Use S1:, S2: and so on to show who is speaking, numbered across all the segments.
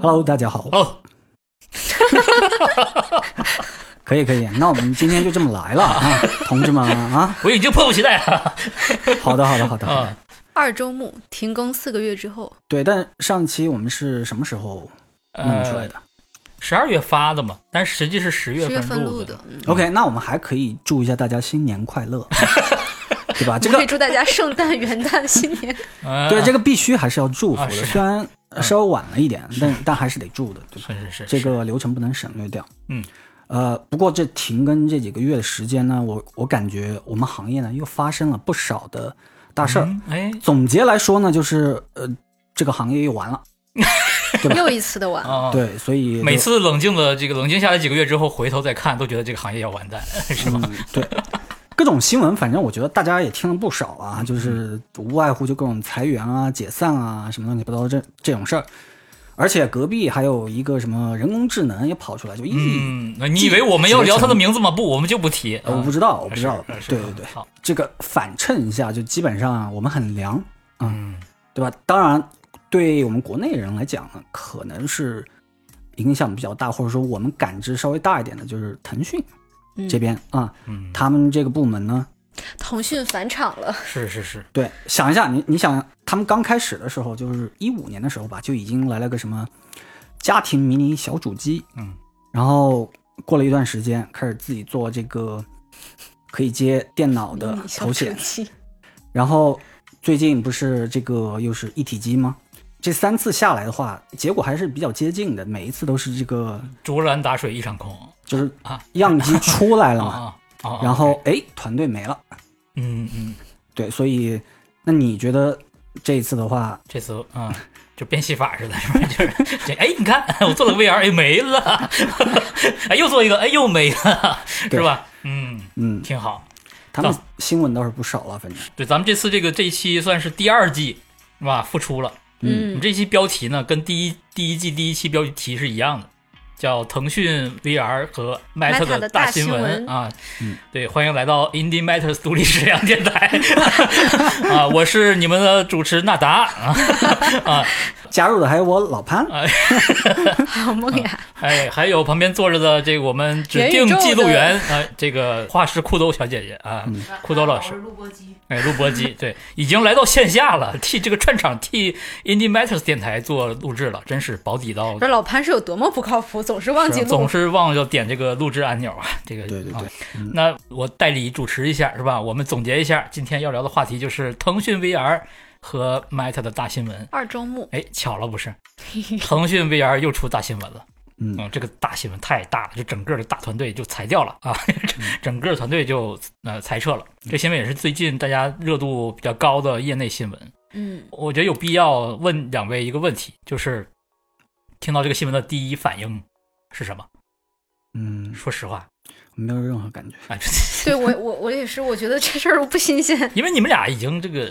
S1: Hello，大家好。
S2: 哦，
S1: 可以可以，那我们今天就这么来了啊，同志们啊。
S2: 我已经迫不及待了。
S1: 好的好的好的。
S2: 啊，
S3: 二周目停更四个月之后，
S1: 对，但上期我们是什么时候
S2: 呃
S1: 弄出来的、
S2: 十二月发的嘛，但实际是十
S3: 十月份
S2: 份
S3: 录
S2: 的
S3: 的。，嗯，
S1: o k 那我们还可以祝一下大家新年快 乐，对吧？这
S3: 我们可
S1: 个
S3: 以祝大家圣诞、元旦、新年。
S2: 嗯
S1: 对这个必须还是要祝福
S2: 啊
S1: 的，
S2: 是
S1: 虽然稍微晚了一点，但但还是得祝的，对吧？
S2: 是是
S1: 这
S2: 是
S1: 个流程不能省略掉。
S2: 嗯，
S1: 呃，不过这停更这几个月的时间呢，我我感觉我们行业呢又发生了不少的大事儿。
S2: 嗯哎，
S1: 总结来说呢，就是呃，这个行业又完了。
S3: 又一次的玩，
S2: 啊，
S1: 对，所以就
S2: 每次冷静了这个冷静下来几个月之后，回头再看，都觉得这个行业要完蛋， 是吧？
S1: 嗯，对。各种新闻，反正我觉得大家也听了不少啊，
S2: 嗯
S1: 就是无外乎就各种裁员啊、解散啊，什么乱七八糟这这种事儿。而且隔壁还有一个什么人工智能也跑出来，就一、
S2: 嗯，那你以为我们要聊他的名字吗？不，我们就不提。
S1: 呃我不知道，我不知道
S2: 啊是，是
S1: 对对对，
S2: 好，
S1: 这个反衬一下，就基本上我们很凉，嗯，对吧？当然，对我们国内人来讲呢，可能是影响比较大，或者说我们感知稍微大一点的，就是腾讯
S3: 嗯
S1: 这边啊，
S2: 嗯，
S1: 他们这个部门呢，
S3: 腾讯返场了，
S2: 是是是，
S1: 对，想一下，你你想，他们刚开始的时候，就是一五年的时候吧，就已经来了个什么家庭迷你小主机，
S2: 嗯，
S1: 然后过了一段时间，开始自己做这个可以接电脑的
S3: 嗯小
S1: 头显
S3: 手，机
S1: 然后最近不是这个又是一体机吗？这三次下来的话，结果还是比较接近的，每一次都是这个
S2: 竹篮打水一场空
S1: 就是
S2: 啊
S1: 样机出来了
S2: 啊
S1: 嘛，
S2: 啊啊！
S1: 嗯 然后哎团队没了，
S2: 嗯嗯，
S1: 对，所以那你觉得这一次的话，
S2: 这次嗯，就变戏法似的，是吧？ 就是这哎，你看我做了个 VR，哎没了， 哎又做一个，哎又没了，
S1: 对
S2: 是吧？嗯，
S1: 嗯，
S2: 挺好。
S1: 他们新闻倒是不少了，反正
S2: 对，咱们这次这个这一期算是第二季是吧？复出了。我们
S3: 嗯，
S2: 这一期标题呢，跟第一第一季第一期标题是一样的，叫“腾讯 VR 和 Meta
S3: Meta 的
S2: 的
S3: 大
S2: 新
S3: 新
S2: 闻
S3: 闻”
S2: 啊。对，欢迎来到 Indie Matters 独立质量电台 啊，我是你们的主持纳达啊啊，
S1: 加入的还有我老潘，
S3: 还有梦雅，
S2: 哎，还有旁边坐着的这个我们指定记录员啊，这个画师裤兜小姐姐啊，
S1: 嗯
S2: 裤兜老师
S4: 我是录播机，
S2: 哎，录播机对，已经来到线下了，替这个串场替 Indie Matters 电台做录制了，真是保底到
S3: 不是老潘是有多么不靠谱，总是忘记
S2: 是啊总
S3: 录。
S2: 是忘了点这个录制按钮啊，这个
S1: 对对对
S2: 啊那我代理主持一下是吧？我们总结一下，今天要聊的话题就是腾讯 VR 和 Meta 的大新闻。
S3: 二周目，
S2: 哎，巧了不是？腾讯 VR 又出大新闻了。
S1: 嗯
S2: 这个大新闻太大了，这整个的大团队就裁掉了啊， 整个团队就呃裁撤了。这新闻也是最近大家热度比较高的业内新闻。
S3: 嗯，
S2: 我觉得有必要问两位一个问题，就是听到这个新闻的第一反应是什么？
S1: 嗯，
S2: 说实话，
S1: 没有任何感觉，
S2: 哎，
S3: 对我我我也是，我觉得这事儿我不新鲜，
S2: 因为你们俩已经这个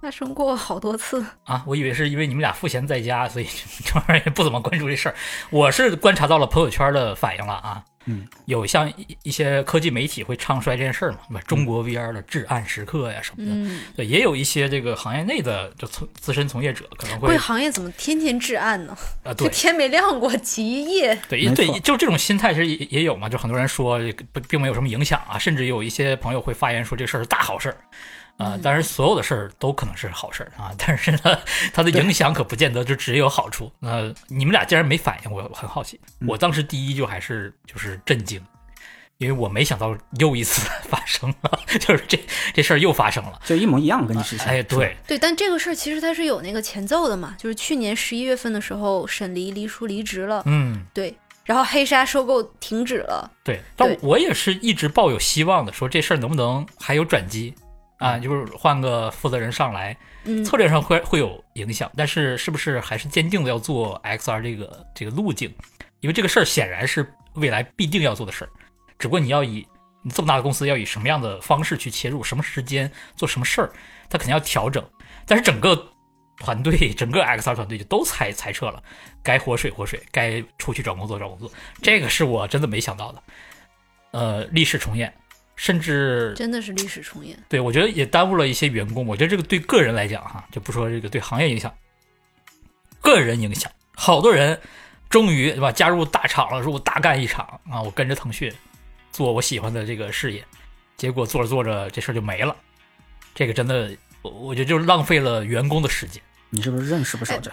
S3: 发生过好多次。
S2: 啊，我以为是因为你们俩赋闲在家，所以 这玩意儿也不怎么关注这事儿。我是观察到了朋友圈的反应了啊，
S1: 嗯，
S2: 有像一一些科技媒体会唱衰这件事儿嘛，什么中国 VR 的至暗时刻呀什么的，
S3: 嗯，
S2: 对，也有一些这个行业内的就从资深从业者可能会
S3: 贵行业怎么天天至暗呢？
S2: 啊，
S3: 这
S2: 对
S3: 天没亮过，极夜。
S2: 对，
S1: 没
S2: 因对
S1: 错，
S2: 就这种心态其实也也有嘛，就很多人说这个不并没有什么影响啊，甚至有一些朋友会发言说这个事儿是大好事儿。啊、
S1: 嗯
S2: 当然，所有的事儿都可能是好事儿啊， 但是呢，它的影响可不见得就只有好处。呃，你们俩竟然没反应，我很好奇。
S1: 嗯
S2: 我当时第一就还是就是震惊，因为我没想到又一次 发生了，就是这这事儿又发生了。
S1: 就一模一样，跟你之前，
S2: 哎，对，
S3: 对，但这个事儿其实它是有那个前奏的嘛，就是去年十一月份的时候，沈黎黎叔离职了，
S2: 嗯，
S3: 对，然后黑鲨收购停止了，
S2: 对，但
S3: 对
S2: 我也是一直抱有希望的，说这事儿能不能还有转机啊？就是换个负责人上来，
S3: 嗯，
S2: 策略上会会有影响，但是是不是还是坚定的要做 XR 这个这个路径？因为这个事儿显然是未来必定要做的事儿，只不过你要以你这么大的公司要以什么样的方式去切入，什么时间做什么事儿，它肯定要调整。但是整个团队， 整个 XR 团队就都裁裁撤了，该活水活水，该出去找工作找工作，这个是我真的没想到的。呃，历史重演，甚至
S3: 真的是历史重演。
S2: 对，我觉得也耽误了一些员工。我觉得这个对个人来讲哈，就不说这个对行业影响，个人影响，好多人终于对吧？加入大厂了，说我大干一场啊，我跟着腾讯做我喜欢的这个事业，结果做着做着这事儿就没了，这个真的，我我觉得就是浪费了员工的时间。
S1: 你是不是认识不
S2: 哎
S1: 少这？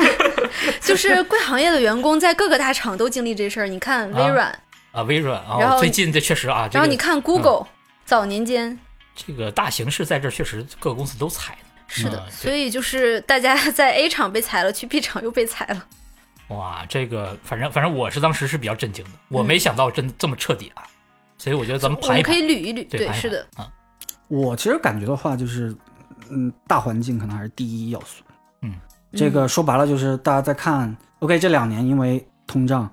S3: 就是贵行业的员工在各个大厂都经历这事儿。你看微软，
S2: 啊，微软
S3: 然
S2: 啊，
S3: 后
S2: 最近这确实啊，这
S3: 然后
S2: 个
S3: 你看 Google，、早年间
S2: 这个大形势在这儿确实各个公司都踩的，
S3: 是的，
S2: 嗯
S3: 所以就是大家在 A 厂被裁了，去 B 厂又被裁了。
S2: 哇，这个反正反正我是当时是比较震惊的，我没想到真这么彻底啊，所以我觉得咱们
S3: 嗯我
S2: 盘
S3: 们
S2: 一
S3: 可
S2: 盘
S3: 以捋一捋，
S2: 对，
S3: 对，
S2: 盘一
S3: 是
S2: 盘
S3: 的，
S2: 啊，
S1: 我其实感觉的话，就是嗯，大环境可能还是第一要素。
S2: 嗯，
S1: 这个说白了就是大家在看，OK，这两年因为通胀，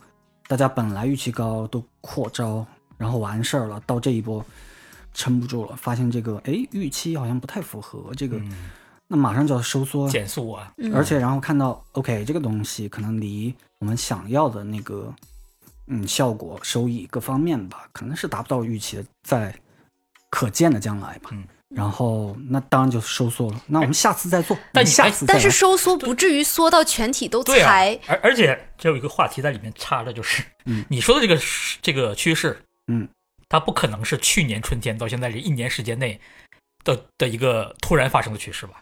S1: 大家本来预期高都扩招，然后完事儿了，到这一波撑不住了，发现这个哎预期好像不太符合这个，
S2: 嗯，
S1: 那马上就要收缩啊，
S2: 减速啊，
S3: 嗯，
S1: 而且然后看到 OK 这个东西可能离我们想要的那个嗯效果、收益各方面吧，可能是达不到预期的，在可见的将来吧。
S2: 嗯哎
S1: 然后那当然就收缩了。那我们下次再做，我
S2: 但
S1: 们
S2: 你
S1: 下
S2: 哎
S1: 次再
S3: 但是
S1: 来
S3: 收缩不至于缩到全体都
S2: 对啊
S3: 裁，，
S2: 而而且这有一个话题在里面插着，就是、
S1: 嗯
S2: 你说的这个这个趋势，
S1: 嗯，
S2: 它不可能是去年春天到现在这一年时间内的的一个突然发生的趋势吧？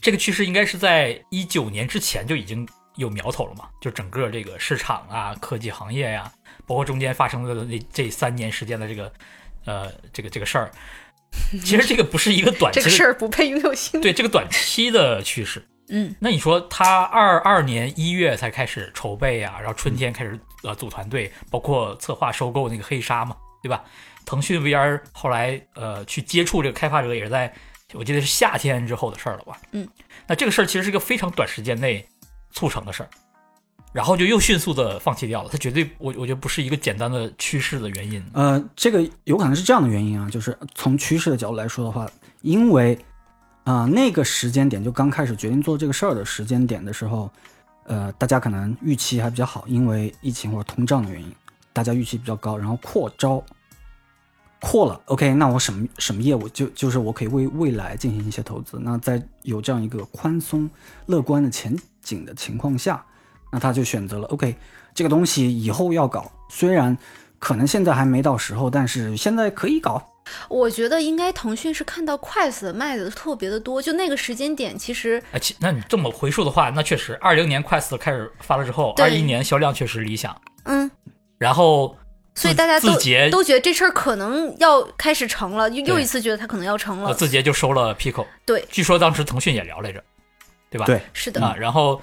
S2: 这个趋势应该是在一九年之前就已经有苗头了嘛？就整个这个市场啊、科技行业呀、包括中间发生的那这三年时间的这个呃这个这个事儿，其实这个不是一个短期
S3: 这
S2: 的，
S3: 个事儿不 配拥有新闻。
S2: 对这个短期的趋势，
S3: 嗯，
S2: 那你说他二二年一月才开始筹备啊，然后春天开始呃组团队，包括策划收购那个黑鲨嘛，对吧？腾讯 VR 后来呃去接触这个开发者也是在，我记得是夏天之后的事儿了吧？
S3: 嗯，
S2: 那这个事儿其实是一个非常短时间内促成的事儿，然后就又迅速的放弃掉了。它绝对我我觉得不是一个简单的趋势的原因。
S1: 呃，这个有可能是这样的原因啊，就是从趋势的角度来说的话，因为啊、那个时间点就刚开始决定做这个事儿的时间点的时候，呃，大家可能预期还比较好，因为疫情或者通胀的原因，大家预期比较高，然后扩招。扩了，OK，那我什么什么业务就就是我可以为未来进行一些投资。那在有这样一个宽松、乐观的前景的情况下，那他就选择了 OK，这个东西以后要搞，虽然可能现在还没到时候，但是现在可以搞。
S3: 我觉得应该腾讯是看到快死卖的特别的多，就那个时间点，其实
S2: 哎，其那你这么回溯的话，那确实二零年快四开始发了之后，
S3: 对
S2: 二一年销量确实理想，
S3: 嗯，
S2: 然后
S3: 所以大家
S2: 字
S3: 都
S2: 节
S3: 都觉得这事儿可能要开始成了，又又
S2: 对
S3: 一次觉得它可能要成
S2: 呃，
S3: 了。
S2: 字节就收了 Pico。
S3: 对，
S2: 据说当时腾讯也聊来着，对吧？
S1: 对
S3: 是的，
S2: 啊，然后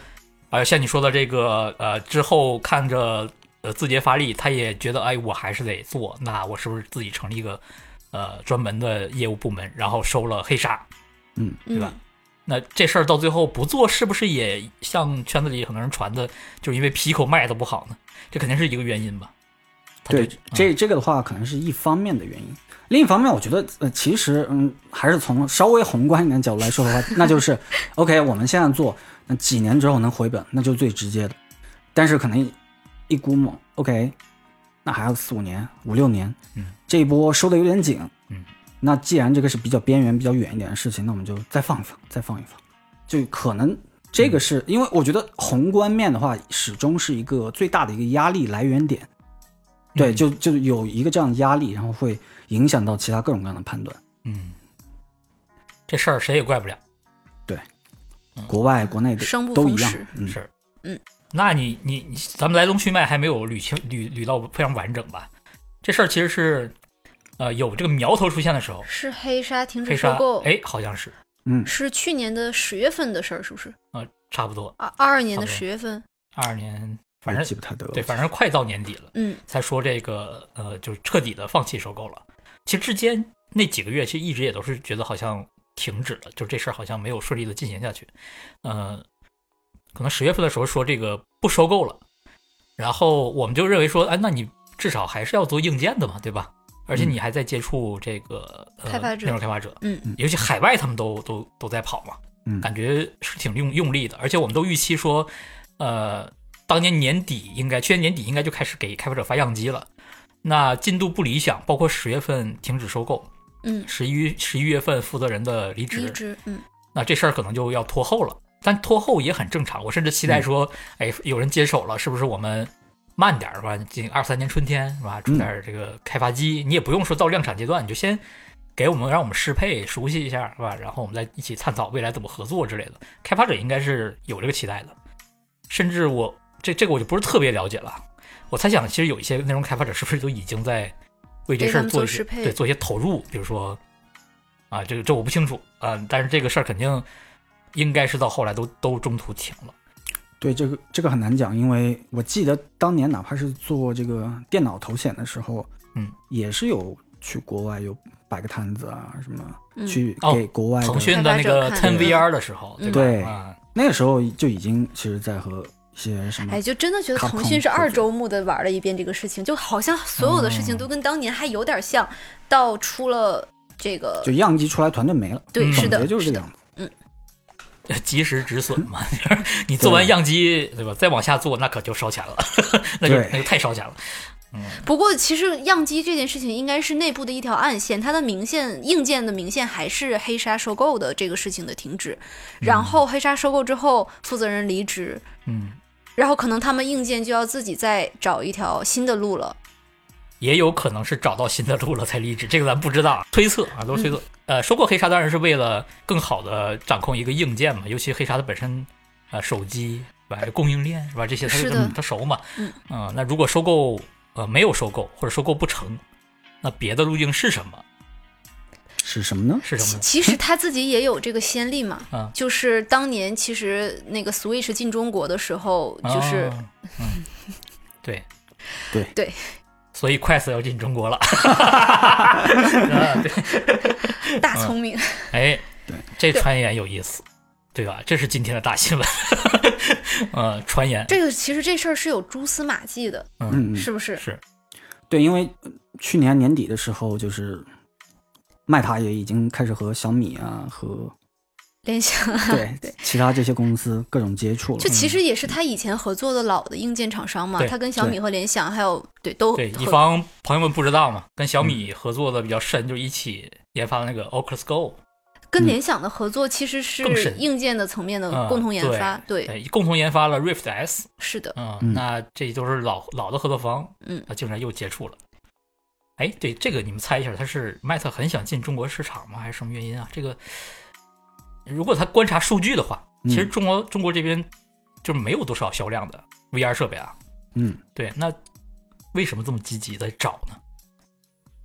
S2: 呃，像你说的这个呃，之后看着呃字节发力，他也觉得哎，我还是得做，那我是不是自己成立一个呃专门的业务部门，然后收了黑鲨？
S3: 嗯
S2: 对吧那这事儿到最后不做，是不是也像圈子里很多人传的，就是因为 Pico 卖的不好呢？这肯定是一个原因吧？他
S1: 对
S2: 就，嗯
S1: 这这个的话，可能是一方面的原因。另一方面，我觉得呃，其实嗯，还是从稍微宏观一点角度来说的话，那就是 OK，我们现在做，那几年之后能回本，那就是最直接的。但是可能一估摸，OK，那还要四五年、五六年，
S2: 嗯，
S1: 这一波收的有点紧，
S2: 嗯，
S1: 那既然这个是比较边缘、比较远一点的事情，那我们就再放一放，再放一放，就可能这
S2: 嗯
S1: 个是、因为我觉得宏观面的话，始终是一个最大的一个压力来源点，对，
S2: 嗯
S1: 就就有一个这样的压力，然后会影响到其他各种各样的判断，
S2: 嗯，这事儿谁也怪不了。
S1: 国外、国内
S3: 生不
S1: 都
S3: 逢
S1: 一样
S3: 时，
S1: 嗯，
S2: 嗯是，
S3: 嗯，
S2: 那你你你，咱们来龙去脉还没有捋清捋捋到非常完整吧？这事儿其实是，呃，有这个苗头出现的时候，
S3: 是黑鲨停
S2: 黑
S3: 止收
S2: 鲨
S3: 购，，
S2: 哎，好像是，
S1: 嗯，
S3: 是去年的十月份的事儿，是不是？啊
S2: 呃，差不多，
S3: 二二二年的
S2: 差不多
S3: 十月份，
S2: 二二年，反
S1: 我
S2: 正
S1: 记不太得了，
S2: 对，反正快到年底了，
S3: 嗯，
S2: 才说这个呃，就是彻底的放弃收购了。其实之间那几个月，其实一直也都是觉得好像停止了，就这事儿好像没有顺利的进行下去。呃，可能十月份的时候说这个不收购了，然后我们就认为说，哎，那你至少还是要做硬件的嘛，对吧？而且你还在接触这个、呃、
S3: 开发者
S2: 内容开发者，
S3: 嗯，
S2: 尤其海外他们都都都在跑嘛，
S1: 嗯
S2: 感觉是挺用用力的，而且我们都预期说，呃，当年年底应该，去年年底应该就开始给开发者发样机了。那进度不理想，包括十月份停止收购，
S3: 嗯
S2: 十一十一月份负责人的离职，
S3: 离职，嗯
S2: 那这事儿可能就要拖后了。但拖后也很正常。我甚至期待说，哎，有人接手了，是不是我们慢点儿是吧？进二三年春天是吧，出点儿这个开发机，你也不用说到量产阶段，你就先给我们让我们适配熟悉一下是吧？然后我们再一起探讨未来怎么合作之类的。开发者应该是有这个期待的，甚至我这这个我就不是特别了解了。我猜想，其实有一些内容开发者是不是都已经在为这
S3: 对
S2: 事
S3: 他
S2: 儿
S3: 们
S2: 做
S3: 做
S2: 一些
S3: 适配
S2: 对做一些投入，比如说啊，这个这我不清楚啊、但是这个事儿肯定应该是到后来都都中途停了。
S1: 对这个这个很难讲，因为我记得当年哪怕是做这个电脑头显的时候，
S2: 嗯，
S1: 也是有去国外有摆个摊子啊什么，
S3: 嗯，
S1: 去
S2: 哦
S1: 给国外的、
S2: 腾讯的那个
S3: 开发者
S2: Ten
S3: 看
S2: VR 的时候，
S3: 嗯
S2: 对
S1: 对
S2: 吧？啊，
S1: 那个时候就已经其实在和一些什么
S3: 哎，就真的觉得
S1: 卡
S3: 腾
S1: 孔
S3: 讯是
S1: 科
S3: 二
S1: 技
S3: 周目的玩了一遍这个事情，就好像所有的事情
S2: 哦
S3: 都跟当年还有点像，到出了这个
S1: 就，样机出来，团队没了，
S3: 对，
S2: 嗯
S3: 是
S1: 总结
S3: 的，
S1: 就是这
S3: 是的
S1: 样子。
S2: 及时止损嘛，就是你做完样机对吧，再往下做那可就烧钱了， 那就
S1: 对
S2: 那就太烧钱了。
S3: 不过，其实样机这件事情应该是内部的一条暗线，它的明线硬件的明线还是黑鲨收购的这个事情的停止，然后黑鲨收购之后，负责人离职，
S2: 嗯，
S3: 然后可能他们硬件就要自己再找一条新的路了。
S2: 也有可能是找到新的路了才离职，这个咱不知道，推测啊，都是推测。
S3: 嗯
S2: 呃，收购黑鲨当然是为了更好的掌控一个硬件嘛，尤其黑鲨它本身，呃，手机是吧，供应链是吧，这些它
S3: 是的
S2: 它它熟嘛，
S3: 嗯
S2: 呃那如果收购呃没有收购或者收购不成，那别的路径是什么？
S1: 是什么呢？
S2: 是什么呢？
S3: 其实他自己也有这个先例嘛，
S2: 啊
S3: 就是当年其实那个 Switch 进中国的时候，就是、
S2: 哦 嗯，对
S1: 对
S3: 对，
S2: 所以快速要进中 国了，啊对，
S3: 大
S2: 嗯
S3: 聪明，
S2: 哎，
S1: 对，
S2: 这传言有意思，对吧？这是今天的大新闻，呃，传言
S3: 这个其实这事儿是有蛛丝马迹的，
S1: 嗯，
S3: 是不是？
S2: 是
S1: 对，因为呃去年年底的时候，就是麦塔也已经开始和小米啊和
S3: 联想啊，
S1: 对
S3: 对
S1: 其他这些公司各种接触了
S3: 这。其实也是他以前合作的老的硬件厂商嘛
S2: 嗯对，
S3: 他跟小米和联想还有对都
S2: 对。以
S3: 合
S2: 防朋友们不知道嘛，跟小
S1: 嗯
S2: 米合作的比较深，就是一起研发的那个 Oculus Go，
S3: 跟联想的合作其实
S2: 嗯更
S3: 是
S2: 深
S3: 硬件的层面的
S2: 嗯
S3: 共同研发，对，
S2: 对，共同研发了 Rift S，
S3: 是的，
S2: 嗯，
S1: 嗯
S2: 那这都是老老的合作方，
S3: 嗯
S2: 那竟然又接触了。哎，对这个你们猜一下，他是麦特很想进中国市场吗？还是什么原因啊？这个，如果他观察数据的话，
S1: 嗯
S2: 其实中国、中国这边就没有多少销量的 VR 设备啊。
S1: 嗯，
S2: 对，那为什么这么积极在找呢？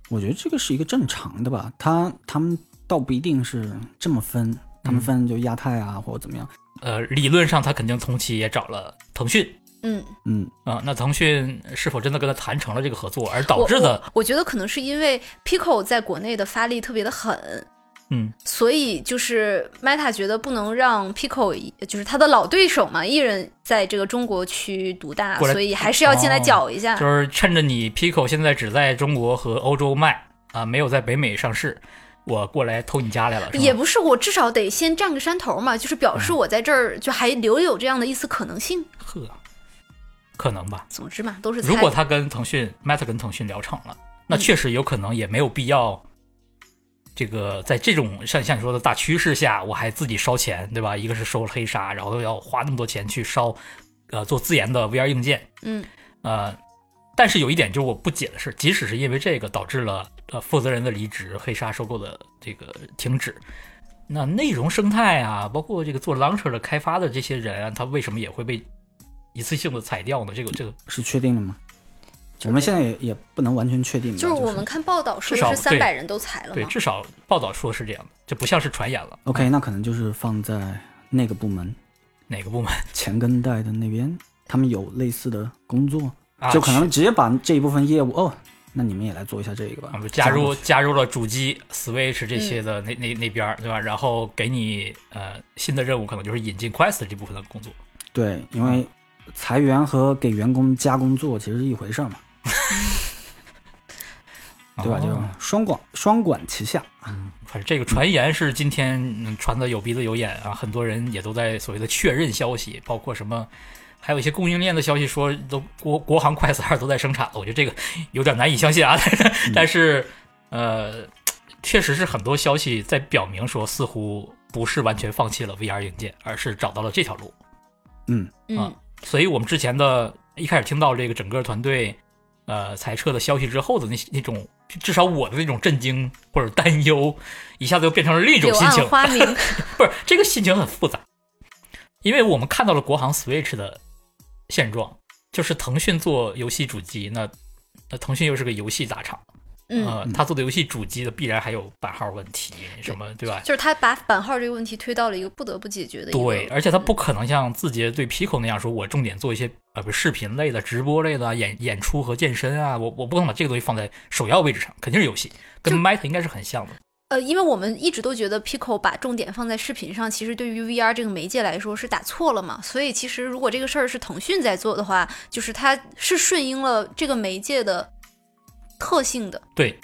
S1: 我觉得这个是一个正常的吧，他他们倒不一定是这么分，他们
S2: 嗯
S1: 分就亚太啊或者怎么样。
S2: 呃，理论上他肯定同期也找了腾讯
S3: 嗯，
S1: 嗯，
S2: 啊、那腾讯是否真的跟他谈成了这个合作，而
S3: 我
S2: 导致的
S3: 我我觉得可能是因为 Pico 在国内的发力特别的狠。
S2: 嗯
S3: 所以就是 Meta 觉得不能让 Pico，就是他的老对手嘛，一人在这个中国区独大，
S2: 过来
S3: 所以还是要进来
S2: 哦
S3: 搅一下。
S2: 就是趁着你 Pico 现在只在中国和欧洲卖啊，没有在北美上市，我过来偷你家来了，是吗
S3: 也不是，我至少得先占个山头嘛，就是表
S2: 嗯
S3: 示我在这儿就还留有这样的一丝可能性。
S2: 呵，可能吧。
S3: 总之嘛，都是猜
S2: 如果他跟腾讯 Meta 跟腾讯聊成了，那确实有可能也没有必要。这个在这种像像你说的大趋势下，我还自己烧钱，对吧？一个是收了黑鲨，然后要花那么多钱去烧，呃，做自研的 VR 硬件，
S3: 嗯，
S2: 呃，但是有一点就是我不解的是，即使是因为这个导致了呃负责人的离职、黑鲨收购的这个停止，那内容生态啊，包括这个做 launcher 的开发的这些人啊，他为什么也会被一次性的裁掉呢？这个这个
S1: 是确定了吗？我们现在也也不能完全确定吧，
S3: 就是我们看报道说
S2: 至少
S3: 的是三百人都裁了
S2: 对，
S3: 嘛，
S2: 至少报道说是这样的，这不像是传言了。
S1: OK，那可能就是放在那个部门
S2: 哪个部门
S1: 前跟带的那边，他们有类似的工作，
S2: 啊？
S1: 就可
S2: 去
S1: 能直接把这一部分业务哦，那你们也来做一下这个吧
S2: 啊，不，加入
S1: 这样
S2: 加入了主机、Switch 这些
S1: 嗯
S2: 的那、那那边儿对吧？然后给你呃新的任务，可能就是引进 Quest 这部分的工作。
S1: 对，因
S2: 啊
S1: 为裁员和给员工加工作其实是一回事儿嘛，对吧？
S2: 哦
S1: 就双管双管齐下，
S2: 反正这个传言是今天嗯传的有鼻子有眼啊，很多人也都在所谓的确认消息，包括什么，还有一些供应链的消息说都国国行快四二都在生产了，我觉得这个有点难以相信啊。但是，但是呃，确实是很多消息在表明说，似乎不是完全放弃了 VR 硬件，而是找到了这条路。
S1: 嗯
S2: 啊
S3: 嗯，
S2: 所以我们之前的一开始听到这个整个团队呃裁撤的消息之后的那那种，至少我的那种震惊或者担忧，一下子又变成了另一种
S3: 柳
S2: 心情
S3: 暗。花明，
S2: 不是这个心情很复杂，因为我们看到了国行 Switch 的现状，就是腾讯做游戏主机，那那腾讯又是个游戏大厂，
S3: 嗯，
S2: 呃，他做的游戏主机的必然还有版号问题什么，对吧？
S3: 就是他把版号这个问题推到了一个不得不解决的一个
S2: 对，而且他不可能像字节对 Pico 那样说，我重点做一些呃不是视频类的、直播类的、啊演演出和健身啊，我我不可能把这个东西放在首要位置上，肯定是游戏，跟
S3: 就
S2: Meta 应该是很像的。
S3: 呃，因为我们一直都觉得 Pico 把重点放在视频上，其实对于 VR 这个媒介来说是打错了嘛。所以其实如果这个事儿是腾讯在做的话，就是它是顺应了这个媒介的特性的。
S2: 对，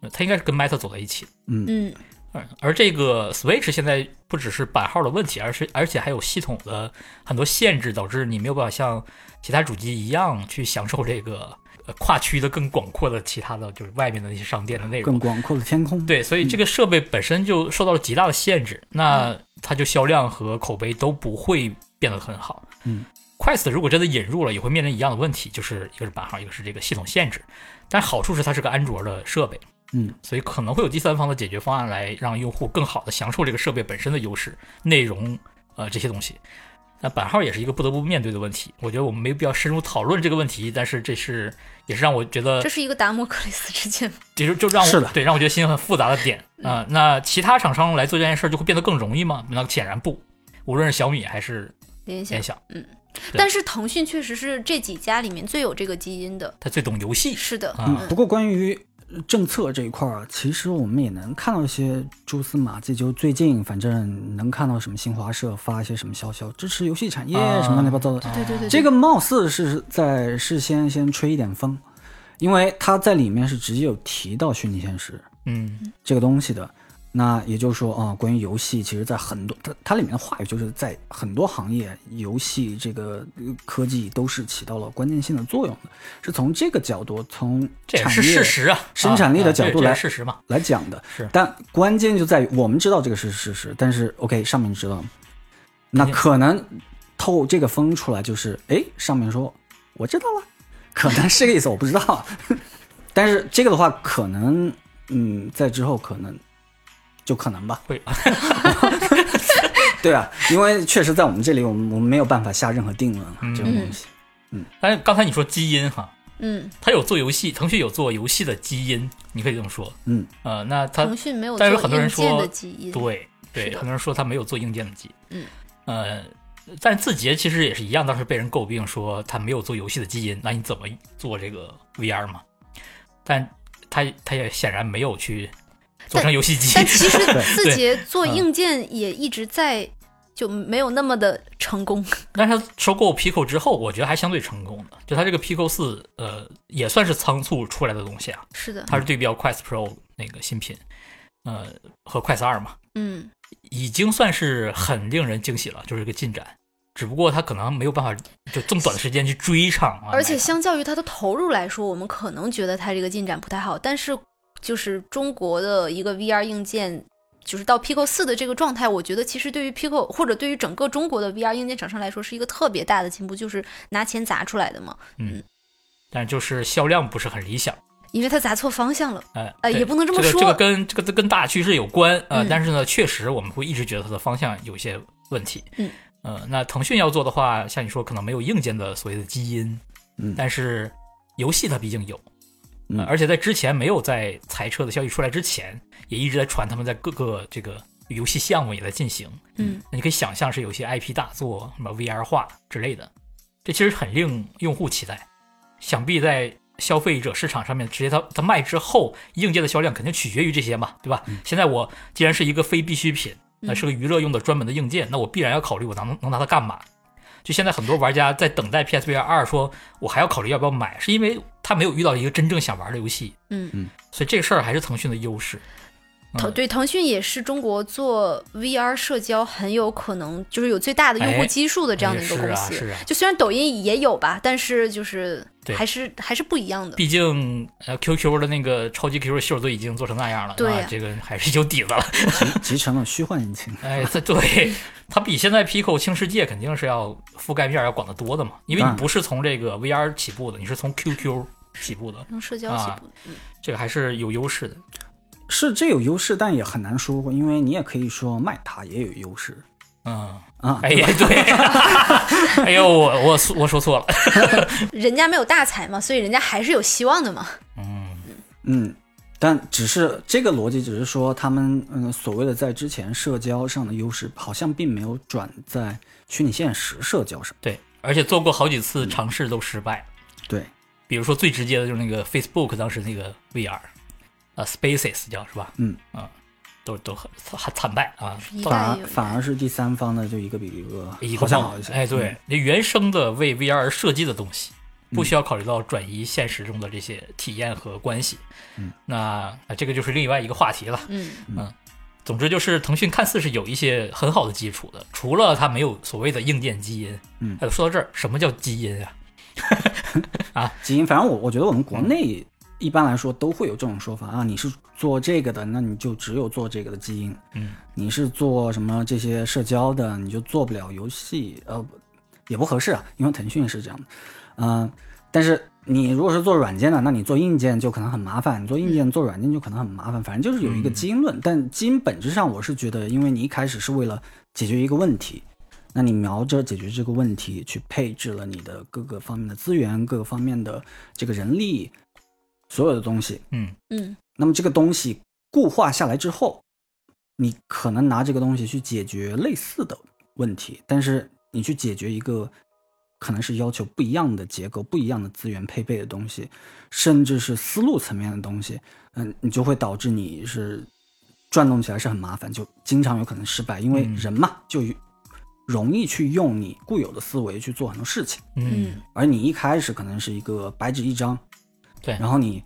S2: 呃它应该是跟 Meta 走在一起的。
S3: 嗯
S2: 而而这个 Switch 现在不只是版号的问题，而是而且还有系统的很多限制，导致你没有办法像其他主机一样去享受这个呃跨区的更广阔的其他的就是外面的那些商店的内容
S1: 更。广阔的天空。，
S2: 对，所以这个
S1: 嗯
S2: 设备本身就受到了极大的限制，那它就销量和口碑都不会变得很好。
S1: 嗯
S2: ，Quest 如果真的引入了，也会面临一样的问题，就是一个是版号，一个是这个系统限制。但好处是它是个安卓的设备，
S1: 嗯，
S2: 所以可能会有第三方的解决方案来让用户更好的享受这个设备本身的优势、内容呃这些东西。那版号也是一个不得不面对的问题，我觉得我们没必要深入讨论这个问题，但是这是也是让我觉得
S3: 这是一个达摩克里斯之剑。
S2: 这就就让我
S1: 是的
S2: 对让我觉得心情很复杂的点啊、呃那其他厂商来做这件事儿就会变得更容易吗？那显然不，无论是小米还是
S3: 联想
S2: 联，想，对
S3: 但是腾讯确实是这几家里面最有这个基因的。
S2: 它最懂游戏
S3: 是的，
S2: 啊
S1: 嗯。不过关于政策这一块儿啊，其实我们也能看到一些蛛丝马迹，就最近反正能看到什么新华社发一些什么消息，支持游戏产业
S2: 啊
S1: 什么乱七八糟的。
S3: 对对对对，
S1: 这个貌似是在事先先吹一点风，因为它在里面是直接有提到虚拟现实
S2: 嗯，
S1: 这个东西的。那也就是说啊、关于游戏，其实在很多它它里面的话语，就是在很多行业，游戏这个呃科技都是起到了关键性的作用的，是从这个角度，从
S2: 这也
S1: 产
S2: 是
S1: 业
S2: 事实啊，
S1: 产业生产力的
S2: 啊
S1: 角
S2: 对
S1: 度
S2: 这也
S1: 来
S2: 是事实嘛，
S1: 来讲的。
S2: 是
S1: 但关键就在于我们知道这个是事实，但是 OK 上面知道，那
S2: 肯定
S1: 可能透这个风出来就是，哎，上面说我知道了， 可能是这个意思，我不知道。 但是这个的话，可能嗯，在之后可能就可能吧，
S2: 会
S1: 对啊，因为确实在我们这里，我们我们没有办法下任何定论啊
S2: 嗯
S1: 这种东西。
S2: 但是刚才你说基因哈，
S3: 嗯，
S2: 它有做游戏，腾讯有做游戏的基因，你可以这么说。
S1: 嗯，
S2: 呃，那它
S3: 腾讯没有做
S2: 但是很多人
S3: 硬件
S2: 说
S3: 的基因。
S2: 对对，
S3: 是的
S2: 很多人说他没有做硬件的基因，
S3: 嗯，
S2: 呃，但字节其实也是一样，当时被人诟病说他没有做游戏的基因，那你怎么做这个 VR 嘛？但他他也显然没有去做成游戏机
S3: 但，其实
S1: 对
S3: 字节做
S2: 嗯
S3: 硬件也一直在，就没有那么的成功。
S2: 但是他收购 Pico 之后，我觉得还相对成功的，就他这个 Pico 四，呃，也算是仓促出来的东西啊，
S3: 是的，
S2: 它是对标 Quest Pro 那个新品，呃，和 Quest 二嘛，
S3: 嗯，
S2: 已经算是很令人惊喜了，就是一个进展。只不过他可能没有办法就这么短的时间去追上啊，
S3: 而且
S2: 买它
S3: 相较于它的投入来说，我们可能觉得它这个进展不太好，但是就是中国的一个 VR 硬件。就是到 Pico 四的这个状态，我觉得其实对于 Pico 或者对于整个中国的 VR 硬件厂商来说，是一个特别大的进步，就是拿钱砸出来的嘛，
S2: 但是就是销量不是很理想，
S3: 因为它砸错方向了。
S2: 呃，
S3: 呃
S2: 对
S3: 也不能这么
S2: 这个
S3: 说
S2: 这个跟这个跟大趋势有关，呃，
S3: 嗯
S2: 但是呢，确实我们会一直觉得它的方向有一些问题，
S3: 嗯，
S2: 呃，那腾讯要做的话，像你说可能没有硬件的所谓的基因，
S1: 嗯
S2: 但是游戏它毕竟有，
S1: 嗯
S2: 呃而且在之前没有在裁撤的消息出来之前，也一直在传他们在各个这个游戏项目也在进行，
S3: 嗯，
S2: 那你可以想象是有些 IP 大作，什么 VR 化之类的，这其实很令用户期待。想必在消费者市场上面，直接它它卖之后，硬件的销量肯定取决于这些嘛，对吧？现在我既然是一个非必需品，那、
S3: 嗯
S2: 是个娱乐用的专门的硬件，那我必然要考虑我能能拿它干嘛。就现在很多玩家在等待 PSVR 二，说我还要考虑要不要买，是因为他没有遇到一个真正想玩的游戏，
S3: 嗯
S1: 嗯，
S2: 所以这个事儿还是腾讯的优势。嗯
S3: 腾对腾讯也是中国做 VR 社交很有可能就是有最大的用户
S2: 哎
S3: 基数的这样的一个
S2: 是
S3: 公
S2: 啊
S3: 司。
S2: 是啊
S3: 就虽然抖音也有吧，但是就是
S2: 对
S3: 还是还是不一样的。
S2: 毕竟呃，QQ 的那个超级 QQ 秀都已经做成那样了，
S3: 对呀
S2: 啊这个还是有底子了。
S1: 集成了虚幻引擎。
S2: 哎，这对它比现在 Pico 轻世界肯定是要覆盖面要广得多的嘛，因为你
S1: 嗯
S2: 不是从这个 VR 起步的，你是从 QQ 起步的，
S3: 从社交起
S2: 啊
S3: 步，嗯
S2: 这个还是有优势的。
S1: 是这有优势，但也很难说，因为你也可以说 Meta 也有优势
S2: 嗯，
S1: 啊。
S2: 哎呀，对， 哎呦，我我说我说错了，
S3: 人家没有大才嘛，所以人家还是有希望的嘛。
S2: 嗯，
S1: 嗯，但只是这个逻辑，只是说他们嗯所谓的在之前社交上的优势，好像并没有转在虚拟现实社交上。
S2: 对，而且做过好几次尝试都失败，
S1: 对，
S2: 比如说最直接的就是那个 Facebook 当时那个 VR，呃，Spaces 叫是吧？
S1: 嗯
S2: 啊，都都很惨惨败啊，
S3: 一
S2: 到
S3: 代
S1: 反
S3: 哎有
S1: 而
S3: 一代
S1: 反而是第三方的就一个比一个
S2: 一个
S1: 好像
S2: 棒
S1: 好一些。
S2: 哎，对
S1: 嗯，，
S2: 那原生的为 VR 而设计的东西，不需要考虑到转移现实中的这些体验和关系。
S1: 嗯，
S2: 那啊这个就是另外一个话题了。
S3: 嗯，
S2: 总之就是腾讯看似是有一些很好的基础的，除了它没有所谓的硬件基因。
S1: 嗯
S2: 哎，说到这儿，什么叫基因啊？
S1: 基因，反正我我觉得我们国内一般来说都会有这种说法啊，你是做这个的，那你就只有做这个的基因。
S2: 嗯，
S1: 你是做什么这些社交的，你就做不了游戏，呃，不也不合适啊，因为腾讯是这样的，嗯、但是你如果是做软件的，那你做硬件就可能很麻烦，你做硬件做软件就可能很麻烦，反正就是有一个基因论，但基因本质上我是觉得，因为你一开始是为了解决一个问题。那你瞄着解决这个问题，去配置了你的各个方面的资源、各个方面的这个人力，所有的东西，
S2: 嗯，
S3: 嗯，
S1: 那么这个东西固化下来之后，你可能拿这个东西去解决类似的问题，但是你去解决一个可能是要求不一样的结构、不一样的资源配备的东西，甚至是思路层面的东西，嗯，你就会导致你是转动起来是很麻烦，就经常有可能失败，因为
S2: 嗯
S1: 人嘛就容易去用你固有的思维去做很多事情。
S2: 嗯
S3: 嗯，
S1: 而你一开始可能是一个白纸一张，
S2: 对
S1: 然后你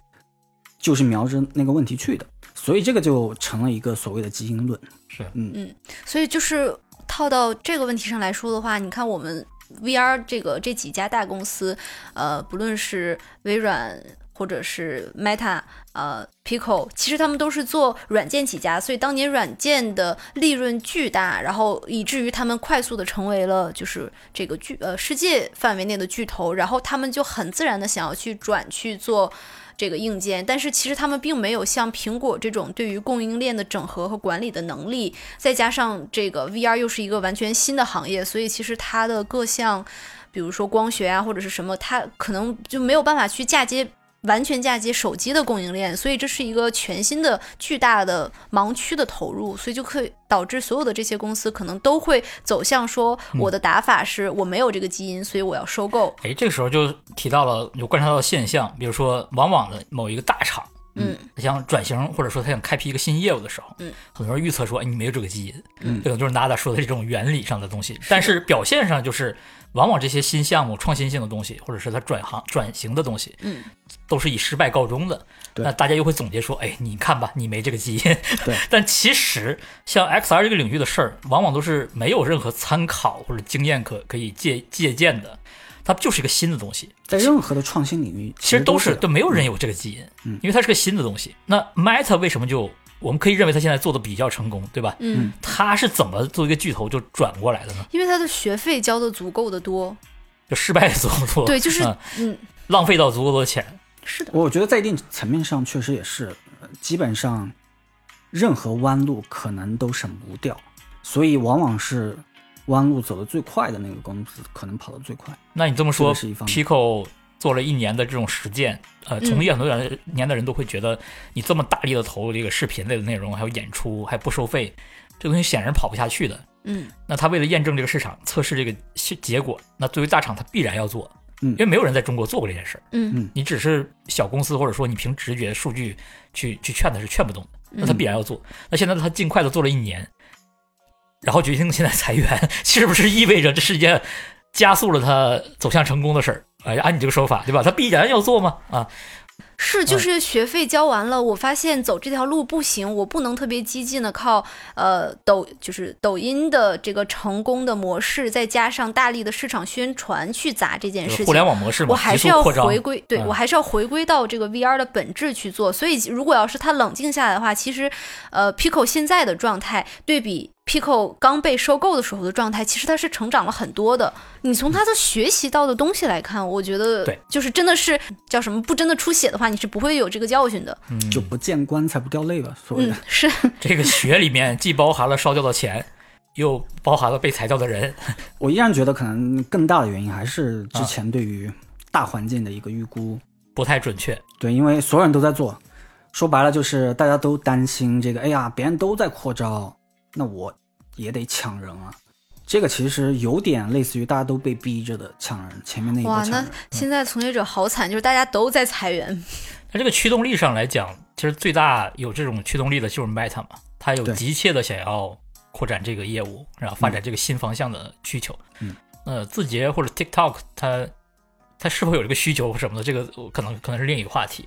S1: 就是瞄着那个问题去的，所以这个就成了一个所谓的基因论。
S2: 是，
S1: 嗯
S3: 所以就是套到这个问题上来说的话，你看我们 VR 这个这几家大公司，呃，不论是微软。或者是 Meta，呃，Pico，其实他们都是做软件起家，所以当年软件的利润巨大，然后以至于他们快速的成为了就是这个巨呃世界范围内的巨头，然后他们就很自然的想要去转去做这个硬件，但是其实他们并没有像苹果这种对于供应链的整合和管理的能力，再加上这个 VR 又是一个完全新的行业，所以其实它的各项，比如说光学啊或者是什么，它可能就没有办法去嫁接。完全嫁接手机的供应链，所以这是一个全新的、巨大的盲区的投入，所以就可以导致所有的这些公司可能都会走向说，我的打法是我没有这个基因，所以我要收购。嗯
S2: 哎，这个时候就提到了有观察到的现象，比如说往往的某一个大厂，
S3: 嗯，
S2: 他想转型或者说他想开辟一个新业务的时候，
S3: 嗯，
S2: 很多人预测说，哎，你没有这个基因，
S1: 嗯
S2: 这可能就是 NADA 说的这种原理上的东西，但是表现上就是往往这些新项目、创新性的东西，或者是他转行转型的东西，
S3: 嗯，
S2: 都是以失败告终的。
S1: 对
S2: 那大家又会总结说，哎，你看吧，你没这个基因。
S1: 对，
S2: 但其实像 XR 这个领域的事儿，往往都是没有任何参考或者经验可可以借借鉴的。它就是一个新的东西，
S1: 在任何的创新领域，
S2: 其实都
S1: 是
S2: 是对，没有人有这个基因，
S1: 嗯
S2: 因为它是个新的东西。那 Meta 为什么就我们可以认为它现在做的比较成功，对吧？
S3: 嗯，
S2: 它是怎么做一个巨头就转过来的呢？
S3: 因为他的学费交的足够的多，
S2: 就失败足够多，
S3: 对，就是
S2: 嗯
S3: 嗯，
S2: 浪费到足够多钱。
S3: 是的，
S1: 我觉得在一定层面上确实也是，呃基本上任何弯路可能都省不掉，所以往往是弯路走得最快的那个公司可能跑得最快。
S2: 那你这么说
S1: 这个是一方面
S2: ，Pico 做了一年的这种实践，呃，
S3: 嗯
S2: 从业很多人年的人都会觉得，你这么大力的投入这个视频类的内容，还有演出，还不收费，这个东西显然跑不下去的。
S3: 嗯，
S2: 那他为了验证这个市场，测试这个结果，那作为大厂，他必然要做，
S1: 嗯
S2: 因为没有人在中国做过这件事儿。
S3: 嗯
S1: 嗯
S2: 你只是小公司，或者说你凭直觉数据去去劝他是劝不动的，
S3: 嗯
S2: 那他必然要做。那现在他尽快的做了一年，然后决定现在裁员，是不是意味着这是一件加速了他走向成功的事儿？哎，按你这个说法，对吧？他必然要做吗？啊，
S3: 是，就是学费交完了，我发现走这条路不行，我不能特别激进的靠呃抖，就是抖音的这个成功的模式，再加上大力的市场宣传去砸这件
S2: 就
S3: 事
S2: 是
S3: 情。
S2: 互联网模式嘛，
S3: 我还
S2: 急速
S3: 哎是要
S2: 扩张
S3: 回归，对、
S2: 嗯
S3: 我还是要回归到这个 VR 的本质去做。所以，如果要是他冷静下来的话，其实，呃，Pico 现在的状态对比 Pico 刚被收购的时候的状态，其实它是成长了很多的。你从他的学习到的东西来看，我觉得
S2: 对
S3: 就是真的是叫什么不真的出血的话，你是不会有这个教训的。
S1: 就不见棺材不掉泪吧，所谓
S3: 嗯
S1: 的。，
S3: 是
S2: 这个血里面既包含了烧掉的钱，又包含了被裁掉的人。
S1: 我依然觉得可能更大的原因还是
S2: 啊
S1: 之前对于大环境的一个预估，
S2: 不太准确，
S1: 对，因为所有人都在做，说白了就是大家都担心这个，哎呀，别人都在扩招，那我也得抢人啊。这个其实有点类似于大家都被逼着的抢人，前面那一波
S3: 哇，
S1: 抢
S3: 那
S1: 人，
S3: 现在从业者好惨，就是大家都在裁员。
S2: 那这个驱动力上来讲，其实最大有这种驱动力的就是 Meta 嘛，它有
S1: 对
S2: 急切的想要扩展这个业务，然后发展这个新方向的需求。
S1: 嗯，
S2: 呃，字节或者 TikTok，它它是否有这个需求什么的，这个可能可能是另一个话题。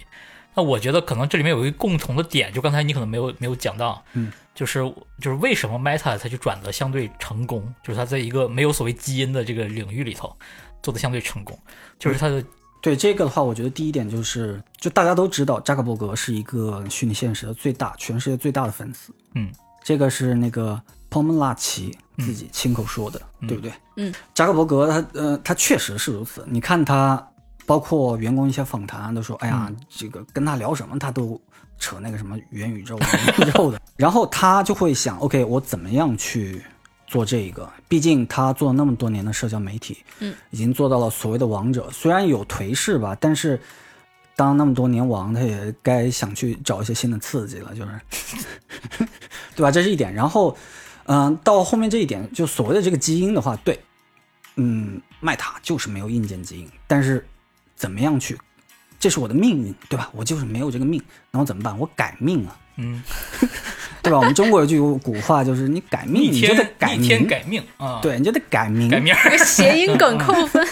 S2: 那我觉得可能这里面有一个共同的点，就刚才你可能没有没有讲到，
S1: 嗯，
S2: 就是就是为什么 Meta 它就转的相对成功，就是它在一个没有所谓基因的这个领域里头做的相对成功，就是它的
S1: 对这个的话，我觉得第一点就是，就大家都知道扎克伯格是一个虚拟现实的最大、全世界最大的粉丝。
S2: 嗯，
S1: 这个是那个 p o m 拉奇自己亲口说的，
S2: 嗯
S1: 对不对？
S3: 嗯，
S1: 扎克伯格他呃，他确实是如此。你看他，包括员工一些访谈都说，哎
S2: 嗯
S1: 呀，这个跟他聊什么，他都扯那个什么元宇宙、元宇宙的。 然后他就会想，OK，我怎么样去做这个？毕竟他做了那么多年的社交媒体，已经做到了所谓的王者。虽然有颓势吧，但是当那么多年王，他也该想去找一些新的刺激了，就是，对吧？这是 一点。然后，嗯、到后面这一点，就所谓的这个基因的话，对，嗯，麦塔就是没有硬件基因，但是怎么样去？这是我的命运，对吧？我就是没有这个命，然后怎么办？我改命啊，
S2: 嗯
S1: 对吧？我们中国有句古话，就是你改 命，
S2: 逆
S1: 你就得
S2: 天
S1: 改
S2: 逆天
S1: 名，
S2: 改命啊，，
S1: 对，你就得改名，
S2: 改名儿。
S3: 这个谐音梗扣分，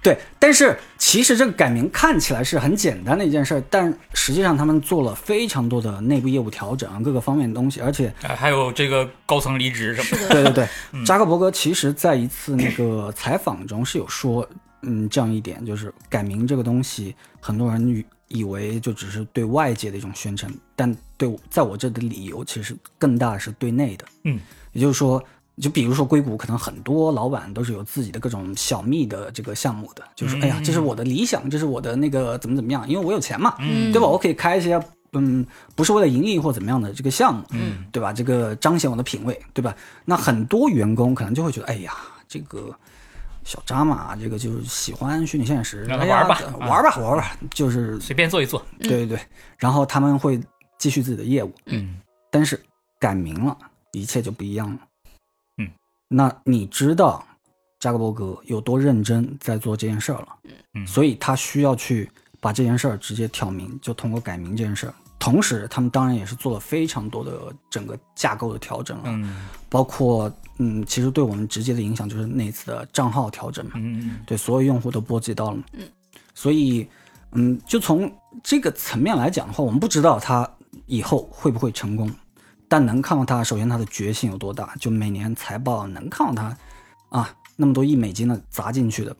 S1: 对，但是其实这个改名看起来是很简单的一件事儿，但实际上他们做了非常多的内部业务调整啊，各个方面的东西，而且
S2: 啊，还有这个高层离职什么的，嗯
S1: 对对 对，扎克伯格其实在一次那个采访中是有说，嗯，这样一点就是改名这个东西，很多人以以为就只是对外界的一种宣称，但对我在我这的理由其实更大是对内的，
S2: 嗯，
S1: 也就是说。就比如说硅谷，可能很多老板都是有自己的各种小密的这个项目的，就是
S2: 嗯
S1: 哎呀，这是我的理想，这是我的那个怎么怎么样，因为我有钱嘛，
S3: 嗯
S1: 对吧？我可以开一些嗯，不是为了盈利或怎么样的这个项目，
S2: 嗯，
S1: 对吧？这个彰显我的品味，对吧？那很多员工可能就会觉得，哎呀，这个小扎嘛，这个就是喜欢虚拟现实，
S2: 让他
S1: 哎呀
S2: 玩吧
S1: 呃
S2: 啊
S1: 玩吧，玩吧，就是
S2: 随便做一做，
S1: 对对对，然后他们会继续自己的业务，
S2: 嗯
S1: 但是改名了，一切就不一样了。
S2: 嗯，
S1: 那你知道扎克伯格有多认真在做这件事儿了？
S2: 嗯
S1: 所以他需要去把这件事儿直接挑明，就通过改名这件事儿。同时，他们当然也是做了非常多的整个架构的调整了，
S2: 嗯
S1: 包括嗯，其实对我们直接的影响就是那次的账号调整嘛，
S2: 嗯
S1: 对所有用户都波及到了嘛。嗯，所以嗯，就从这个层面来讲的话，我们不知道他以后会不会成功，但能看到他首先他的决心有多大，就每年财报能看到他啊那么多亿美金的砸进去的，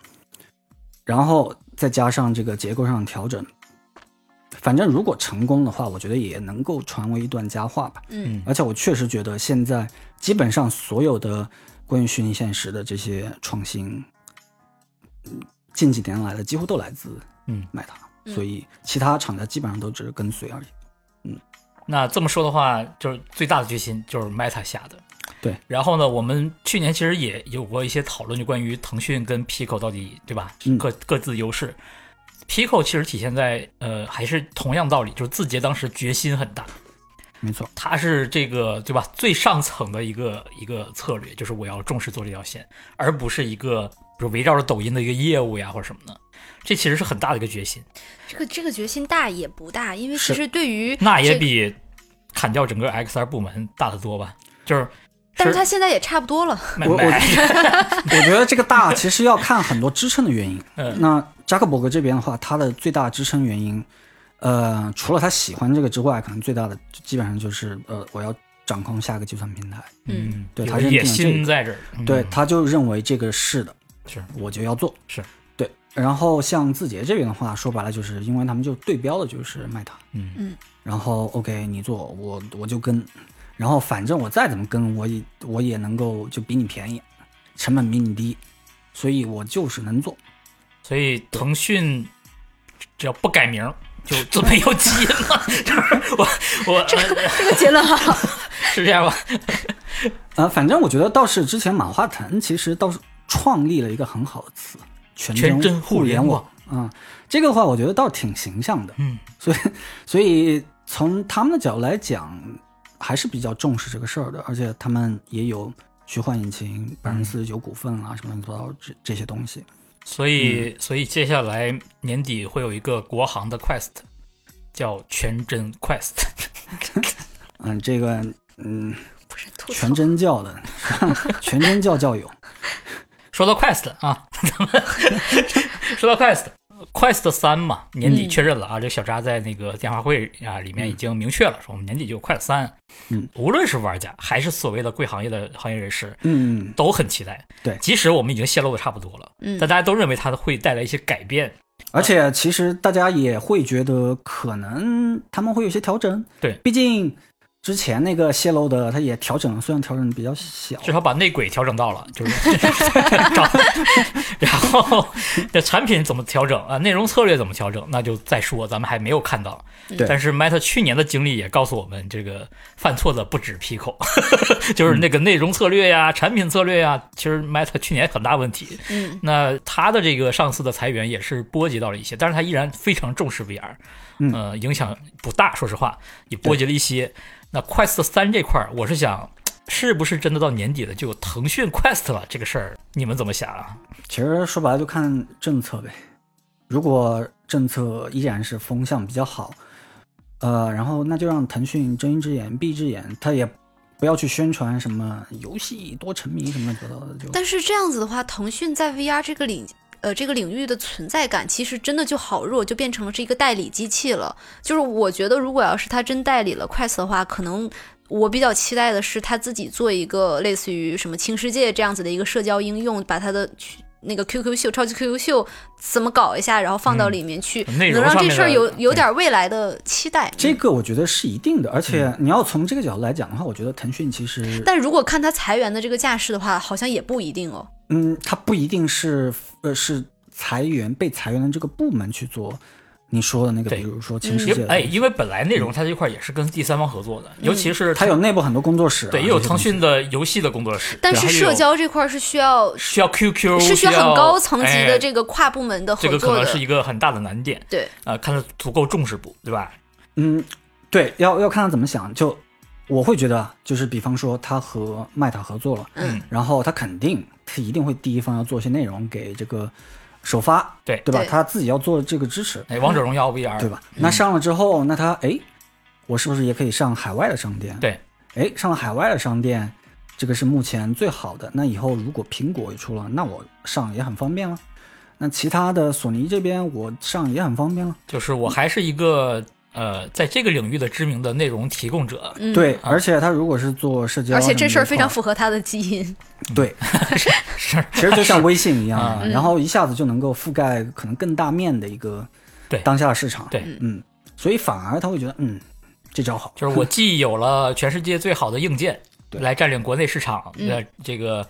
S1: 然后再加上这个结构上的调整。反正如果成功的话，我觉得也能够传为一段佳话吧。
S3: 嗯
S1: 而且我确实觉得现在基本上所有的关于虚拟现实的这些创新，嗯近几年来的几乎都来自
S2: 嗯。
S1: 麦塔，
S3: 嗯
S1: 所以其他厂家基本上都只是跟随而已。
S2: 那这么说的话，就是最大的决心就是 Meta 下的。
S1: 对，
S2: 然后呢，我们去年其实也有过一些讨论，就关于腾讯跟 Pico 到底对吧，
S1: 嗯
S2: 各各自优势。Pico 其实体现在呃，还是同样道理，就是字节当时决心很大，
S1: 没 错，
S2: 它是这个对吧最上层的一个一个策略，就是我要重视做这条线，而不是一个比如围绕着抖音的一个业务呀或者什么的，这其实是很大的一个决心。
S3: 这个这个决心大也不大，因为其
S1: 是
S3: 实对于
S2: 那也
S3: 这
S2: 比砍掉整个 XR 部门大得多吧？就是，
S3: 但是他现在也差不多了。
S2: 买
S1: 我我
S2: 买
S1: 我觉得这个大其实要看很多支撑的原因。
S2: 嗯
S1: 那扎克伯格这边的话，他的最大支撑原因，呃，除了他喜欢这个之外，可能最大的基本上就是呃，我要掌控下个计算平台。
S3: 嗯，
S1: 对
S2: 有
S1: 他认定
S2: 野
S1: 了这
S2: 心
S1: 个，
S2: 在这儿，
S1: 对
S2: 嗯
S1: 他就认为这个是的，
S2: 是
S1: 我就要做。
S2: 是，
S1: 对。然后像字节这边的话，说白了就是因为他们就对标的就是卖塔，
S2: 嗯
S1: 然后 OK 你做我我就跟，然后反正我再怎么跟我也我也能够就比你便宜，成本比你低，所以我就是能做。
S2: 所以腾讯只要不改名儿，就就没有基因了。就是我我呃
S3: 这个结论好。
S2: 是这样吧？
S1: 呃，反正我觉得倒是之前马化腾其实倒是创立了一个很好的词，全
S2: 全真
S1: 真
S2: 互联
S1: 联
S2: 网。
S1: 嗯，这个的话我觉得倒挺形象的。
S2: 嗯，
S1: 所以所以从他们的角度来讲，还是比较重视这个事儿的，而且他们也有虚幻引擎百分之四十九股份啊，什么乱七八糟这这些东西。
S2: 所以所以接下来年底会有一个国行的 Quest，叫全真 Quest。
S1: 嗯，这个嗯，
S3: 不是吐槽
S1: 全真教的， 全真教教友。
S2: 说到 Quest 啊，咱们说到 Quest。Quest 三嘛，年底
S3: 嗯
S2: 确认了啊！这个小扎在那个电话会啊里面已经明确了，说我们年底就有 Quest 三。
S1: 嗯，
S2: 无论是玩家还是所谓的贵行业的行业人士，
S1: 嗯，
S2: 都很期待。
S1: 对
S2: 即使我们已经泄露的差不多了，
S3: 嗯
S2: 但大家都认为它会带来一些改变。
S1: 而且其实大家也会觉得可能他们会有些调整，
S2: 对
S1: 毕竟之前那个泄露的他也调整了，虽然调整得比较小，
S2: 至少把内鬼调整到了， 就是找，然后这产品怎么调整啊？内容策略怎么调整？那就再说，咱们还没有看到。
S1: 对
S2: 但是 Meta 去年的经历也告诉我们，这个犯错的不止 Pico，就是那个内容策略呀、产品策略呀，其实 Meta 去年很大问题。
S3: 嗯，
S2: 那他的这个上次的裁员也是波及到了一些，但是他依然非常重视 VR，
S1: 嗯
S2: 呃，影响不大，说实话，也波及了一些。那 Quest 三这块儿，我是想，是不是真的到年底了就有腾讯 Quest 了？这个事儿你们怎么想啊？
S1: 其实说白了就看政策呗。如果政策依然是风向比较好，呃，然后那就让腾讯睁一只眼闭一只眼，他也不要去宣传什么游戏多沉迷什么乱七八糟的，就
S3: 但是这样子的话，腾讯在 VR 这个领呃这个领域的存在感，其实真的就好弱，就变成了是一个代理机器了。就是我觉得，如果要是他真代理了 Quest 的话，可能。我比较期待的是他自己做一个类似于什么轻世界这样子的一个社交应用，把他的那个 QQ 秀、超级 QQ 秀怎么搞一下，然后放到里面去，
S2: 嗯内容
S3: 能让
S2: 上
S3: 这
S2: 面
S3: 事儿
S2: 的
S3: 有有
S2: 对
S3: 点未来的期待。
S1: 这个我觉得是一定的。而且
S2: 嗯
S1: 你要从这个角度来讲的话，我觉得腾讯其实
S3: 但如果看他裁员的这个架势的话，好像也不一定哦。
S1: 嗯，它不一定是呃是裁员被裁员的这个部门去做你说的那个，
S2: 对
S1: 比如说轻世
S2: 因
S1: 界
S2: 为
S1: 的，
S2: 哎，因为本来内容它这块也是跟第三方合作的，
S1: 嗯
S2: 尤其是
S1: 它有内部很多工作室啊、
S2: 对，也有
S1: 这些东
S2: 腾
S1: 西
S2: 讯的游戏的工作室，
S3: 但
S2: 对
S3: 是
S2: 还有
S3: 社交这块儿是需要
S2: 需要 QQ，
S3: 是需要很高层级
S2: 哎
S3: 的这个跨部门的
S2: 这
S3: 合
S2: 个可
S3: 作
S2: 能
S3: 的。
S2: 是一个很大的难点
S3: 对，
S2: 啊、呃看它足够重视不，对吧？
S1: 嗯，对，要要看他怎么想。就我会觉得，就是比方说他和麦塔合作了，
S3: 嗯，
S1: 然后他肯定他一定会第一方要做一些内容给这个首发，
S2: 对
S1: 对吧？
S3: 对
S1: 他自己要做这个支持，
S2: 哎，王者荣耀 VR，
S1: 嗯对吧？那上了之后，那他哎，我是不是也可以上海外的商店？
S2: 对，
S1: 哎，上了海外的商店，这个是目前最好的。那以后如果苹果也出了，那我上也很方便了。那其他的索尼这边我上也很方便了。
S2: 就是我还是一个呃，在这个领域的知名的内容提供者，
S3: 嗯，
S1: 对，而且他如果是做社交什么
S3: 而
S1: 一块儿，
S3: 且这事儿非常符合他的基因。
S1: 对，
S2: 是
S1: 其实就像微信一样啊，
S2: 嗯
S1: 然后一下子就能够覆盖可能更大面的一个
S2: 对
S1: 当下的市场。
S2: 对
S1: 嗯，所以反而他会觉得，嗯，这招好。
S2: 就是我既有了全世界最好的硬件
S1: 对
S2: 来占领国内市场，
S3: 嗯
S2: 那这个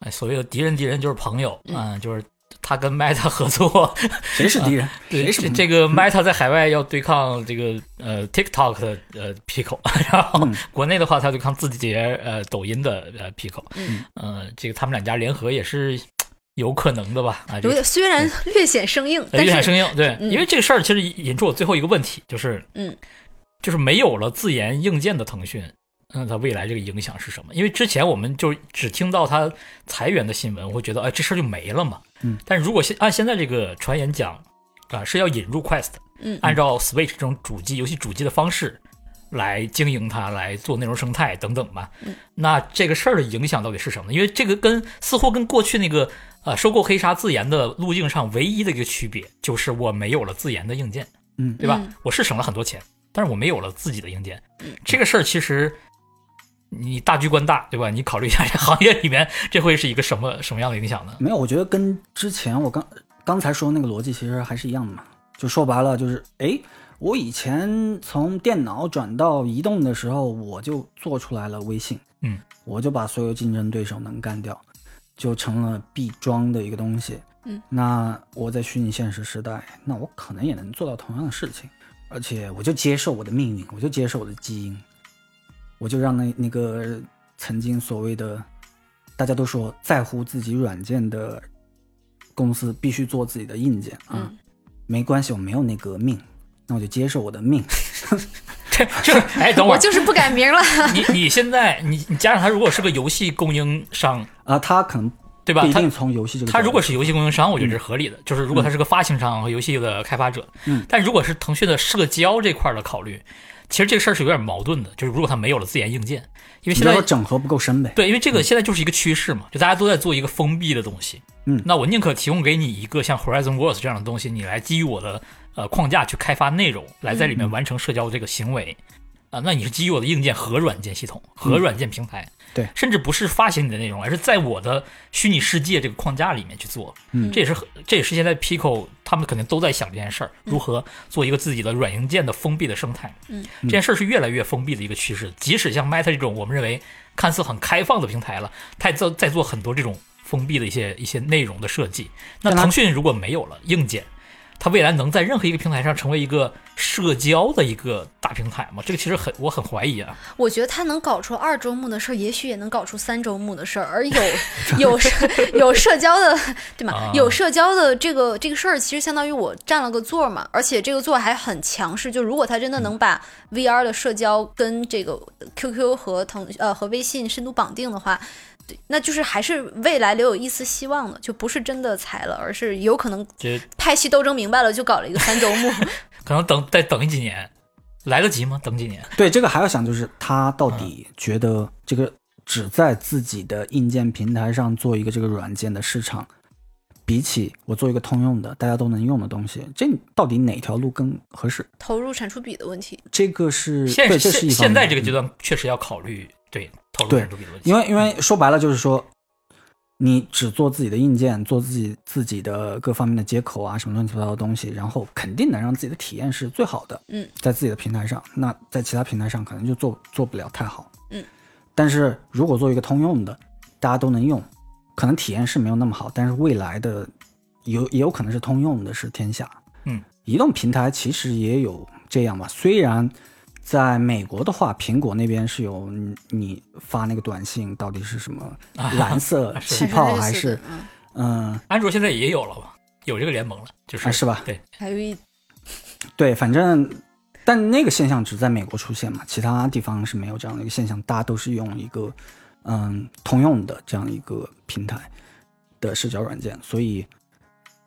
S2: 呃所谓的敌人敌人就是朋友，
S3: 嗯
S2: 嗯，就是他跟 Meta 合作，
S1: 谁是敌人？
S2: 对
S1: 谁是
S2: 这
S1: 朋友
S2: 这个 Meta 在海外要对抗这个呃 TikTok 的呃 Pico，然 后
S1: 嗯
S2: 国内的话，他对抗字节呃抖音的呃 Pico，
S3: 嗯
S2: 呃，这个他们两家联合也是嘖有可能的吧？啊，这
S3: 有
S2: 个
S3: 点虽然略显生硬，
S2: 呃
S3: 但
S2: 略显生
S3: 是
S2: 硬，对，
S3: 嗯
S2: 因为这个事儿其实引出我最后一个问题，就是，
S3: 嗯，
S2: 就是没有了自研硬件的腾讯，那它未来这个影响是什么？因为之前我们就只听到它裁员的新闻，我会觉得，哎，这事儿就没了嘛。
S1: 嗯，
S2: 但如果现按现在这个传言讲，啊、是要引入 Quest，
S3: 嗯
S2: 按照 Switch 这种主机游戏主机的方式。来经营它，来做内容生态等等吧。
S3: 嗯
S2: 那这个事儿的影响到底是什么呢？因为这个跟似乎跟过去那个呃收购黑鲨自研的路径上唯一的一个区别，就是我没有了自研的硬件。
S1: 嗯
S2: 对吧？
S3: 嗯
S2: 我是省了很多钱，但是我没有了自己的硬件。这个事儿其实你大局观大，对吧？你考虑一下这行业里面这会是一个什么什么样的影响呢？
S1: 没有，我觉得跟之前我刚刚才说的那个逻辑其实还是一样的嘛。就说白了，就是哎，我以前从电脑转到移动的时候，我就做出来了微信，
S2: 嗯，
S1: 我就把所有竞争对手能干掉，就成了必装的一个东西。
S3: 嗯，
S1: 那我在虚拟现实时代，那我可能也能做到同样的事情，而且我就接受我的命运，我就接受我的基因，我就让那那个曾经所谓的大家都说在乎自己软件的公司必须做自己的硬件啊，
S3: 嗯
S1: 没关系，我没有那个命，那我就接受我的命。
S2: 这这，哎，等会
S3: 我
S2: 儿，
S3: 就是不改名了。
S2: 你你现在你你加上他，如果是个游戏供应商，
S1: 啊，他可能
S2: 对吧
S1: 不？一
S2: 他
S1: 定从游戏这个角度，
S2: 他如果是游戏供应商，我觉得这是合理的。就是如果他是个发行商和游戏的开发者，
S1: 嗯
S2: 但如果是腾讯的社交这块儿的考虑，其实这个事儿是有点矛盾的。就是如果他没有了自研硬件，因
S1: 你
S2: 为现
S1: 就
S2: 在
S1: 说嗯整合不够深呗。
S2: 对，因为这个现在就是一个趋势嘛，就大家都在做一个封闭的东西。
S1: 嗯
S2: 那我宁可提供给你一个像 Horizon Worlds 这样的东西，你来基于我的呃框架去开发内容，来在里
S1: 嗯
S2: 面完成社交这个行为。啊、那你是基于我的硬件和软件系统和软件平台，
S1: 嗯对
S2: 甚至不是发行你的内容，而是在我的虚拟世界这个框架里面去做。
S1: 嗯
S2: 这也是很这也是现在 Pico 他们肯定都在想这件事儿，如何做一个自己的软硬件的封闭的生态。
S3: 嗯，
S2: 这件事儿是越来越封闭的一个趋势。即使像 Meta 这种我们认为看似很开放的平台了，它也在在做很多这种封闭的一些一些内容的设计。那
S1: 但它
S2: 腾讯如果没有了硬件，它未来能在任何一个平台上成为一个社交的一个大平台吗？这个其实很我很怀疑啊。
S3: 我觉得他能搞出二周目的事儿，也许也能搞出三周目的事儿。而有有社有社交的，对吗？
S2: 啊
S3: 有社交的这个这个事儿，其实相当于我占了个座儿嘛。而且这个座儿还很强势，就如果他真的
S1: 嗯
S3: 能把 VR 的社交跟这个 QQ 和腾呃和微信深度绑定的话。对那就是还是未来留有一丝希望的，就不是真的裁了，而是有可能
S2: 这
S3: 派系斗争明白了，就搞了一个三周 目。
S2: 可能等再等几年，来得及吗？等几年？
S1: 对，这个还要想，就是他到底觉得这
S2: 嗯
S1: 个只在自己的硬件平台上做一个这个软件的市场，比起我做一个通用的大家都能用的东西，这到底哪条路更合适？
S3: 投入产出比的问题，
S1: 这个是
S2: 现
S1: 对，这是
S2: 现
S1: 一方
S2: 现在
S1: 面
S2: 这个阶
S1: 嗯
S2: 段确实要考虑对投入
S1: 对
S2: 产出比嗯的问题，
S1: 因为因为说白了就是说，你只做自己的硬件，做自己自己的各方面的接口啊，什么乱七八糟的东西，然后肯定能让自己的体验是最好的。
S3: 嗯，
S1: 在自己的平台上，那在其他平台上可能就做做不了太好。
S3: 嗯，
S1: 但是如果做一个通用的，大家都能用，可能体验是没有那么好，但是未来的有也有可能是通用的是天下。
S2: 嗯，
S1: 移动平台其实也有这样吧，虽然。在美国的话，苹果那边是有你你发那个短信到底是什么蓝色气泡还
S3: 类似
S1: 是
S3: 的嗯，
S1: 嗯
S2: 安卓现在也有了吧？有这个联盟了，就是、
S1: 啊是吧？
S2: 对，
S3: 还有一
S1: 对，反正但那个现象只在美国出现嘛，其他地方是没有这样的一个现象，大家都是用一个嗯通用的这样一个平台的社交软件，所以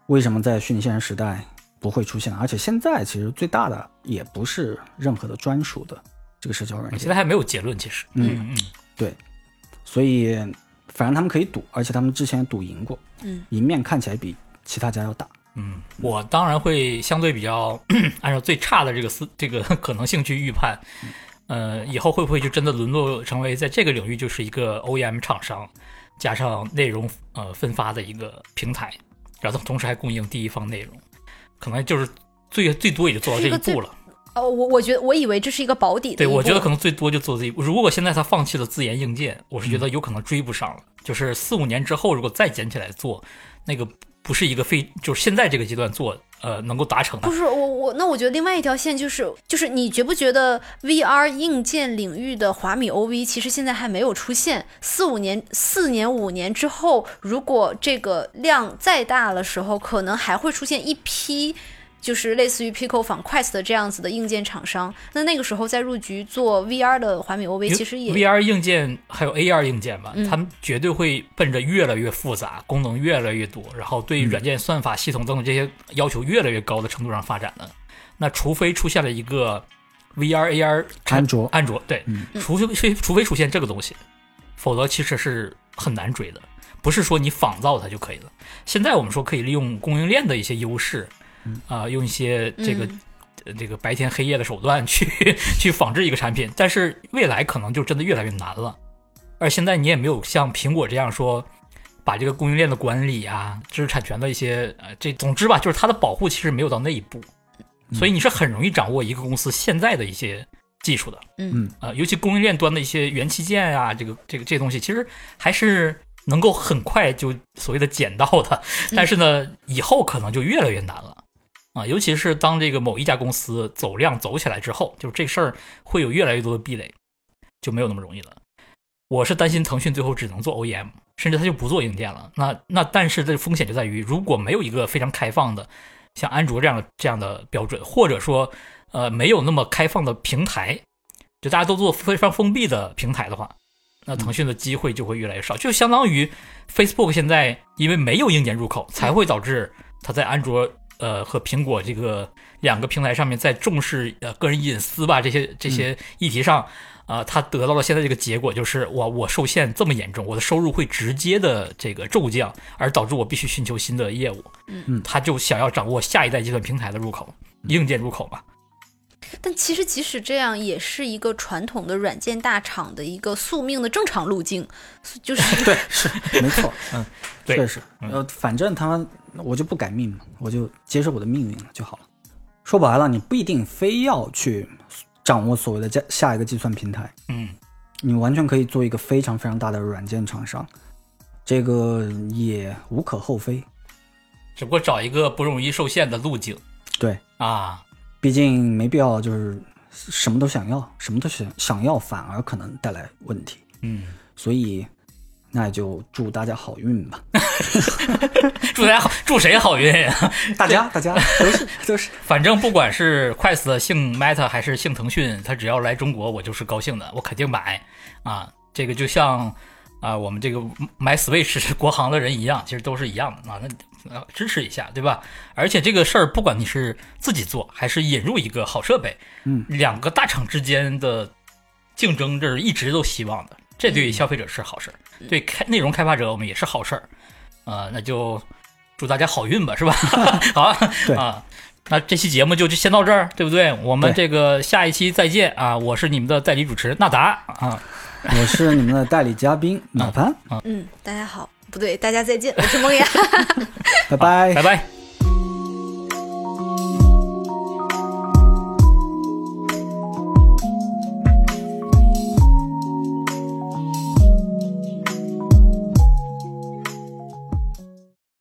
S1: 为什么在虚拟现实时代不会出现？而且现在其实最大的也不是任何的专属的这个社交软
S2: 现
S1: 件，
S2: 在还没有结论，其实，
S1: 嗯
S2: 嗯，
S1: 所以反正他们可以赌，而且他们之前也赌赢过，
S3: 嗯，
S1: 赢面看起来比其他家要大。
S2: 嗯，我当然会相对比较 按照最差的这个思这个 可能性去预判，呃，以后会不会就真的沦落成为在这个领域就是一个 OEM 厂商加上内容呃分发的一个平台，然后同时还供应第一方内容，可能就是最最多也就做到这
S3: 是一
S2: 一
S3: 个最
S2: 步了。
S3: 哦，我我觉得我以为这是一个保底的
S2: 对，
S3: 一
S2: 我
S3: 步
S2: 觉得可能最多就做这一步。如果现在他放弃了自研硬件，我是觉得
S3: 嗯
S2: 有可能追不上了。就是四五年之后，如果再捡起来做，那个不是一个非，就是现在这个阶段做，呃，能够达成的
S3: 不。是我我那我觉得另外一条线就是就是你觉不觉得 VR 硬件领域的华米 OV 其实现在还没有出现，四五年四年五年之后，如果这个量再大的时候，可能还会出现一批。就是类似于 Pico 仿 Quest 这样子的硬件厂商，那那个时候再入局做 VR 的华米 OV，其实也嗯
S2: VR 硬件还有 AR 硬件吧，他们绝对会奔着越来越复杂、功能越来越多，然后
S3: 嗯
S2: 对于软件、算法、系统等等这些要求越来越高的程度上发展的。那除非出现了一个 VR、AR 产
S1: 安卓
S2: 安卓对，除非非除非出现这个东西，否则其实是很难追的。不是说你仿造它就可以了。现在我们说可以利用供应链的一些优势，啊、用一些这个
S3: 嗯
S2: 呃这个白天黑夜的手段去去仿制一个产品，但是未来可能就真的越来越难了。而现在你也没有像苹果这样说，把这个供应链的管理啊、知识产权的一些呃，这总之吧，就是它的保护其实没有到那一步，所以你是很容易掌握一个公司现在的一些技术的。
S3: 嗯
S2: 呃，尤其供应链端的一些元器件啊，这个这个这些东西，其实还是能够很快就所谓的捡到的，但是呢，以后可能就越来越难了。啊，尤其是当这个某一家公司走量走起来之后，就是这事儿会有越来越多的壁垒，就没有那么容易了。我是担心腾讯最后只能做 OEM，甚至它就不做硬件了。那那但是这风险就在于，如果没有一个非常开放的，像安卓这样的这样的标准，或者说呃没有那么开放的平台，就大家都做非常封闭的平台的话，那腾讯的机会就会越来越少。就相当于 Facebook 现在因为没有硬件入口，才会导致它在安卓呃和苹果这个两个平台上面，在重视呃个人隐私吧这些这些议题上，啊、它得到了现在这个结果，就是哇，我受限这么严重，我的收入会直接的这个骤降，而导致我必须寻求新的业务。
S3: 嗯，
S2: 他就想要掌握下一代计算平台的入口，硬件入口吧。
S3: 但其实即使这样，也是一个传统的软件大厂的一个宿命的正常路径，就 是
S1: 对，是没错， 嗯，
S2: 对
S1: 确实，呃，反正他我就不改命嘛，我就接受我的命运了就好了。说白了，你不一定非要去掌握所谓的下下一个计算平台，
S2: 嗯，
S1: 你完全可以做一个非常非常大的软件厂商，这个也无可厚非。
S2: 只不过找一个不容易受限的路径
S1: 对，
S2: 啊。
S1: 毕竟没必要就是什么都想要，什么都想想要，反而可能带来问题。
S2: 嗯，
S1: 所以，那也就祝大家好运吧，
S2: 祝大家好，祝谁好运？
S1: 大家大家 都是都是
S2: 反正不管是快死姓 Meta 还是姓腾讯，他只要来中国，我就是高兴的，我肯定买啊。这个就像啊、我们这个买 Switch 是国行的人一样，其实都是一样的啊。那呃支持一下，对吧？而且这个事儿，不管你是自己做还是引入一个好设备，
S1: 嗯，
S2: 两个大厂之间的竞争，这是一直都希望的，这对
S1: 嗯
S2: 消费者是好事儿，对开内容开发者我们也是好事儿。啊，那就祝大家好运吧，是吧？ 好啊
S1: 对
S2: 啊，那这期节目就就先到这儿，对不对？我们
S1: 对
S2: 这个下一期再见啊！我是你们的代理主持人纳达啊，
S1: 我是你们的代理嘉宾脑盘，
S3: 嗯，大家好，不对，大家再见，我是梦妍。
S1: 拜拜
S2: 拜。拜。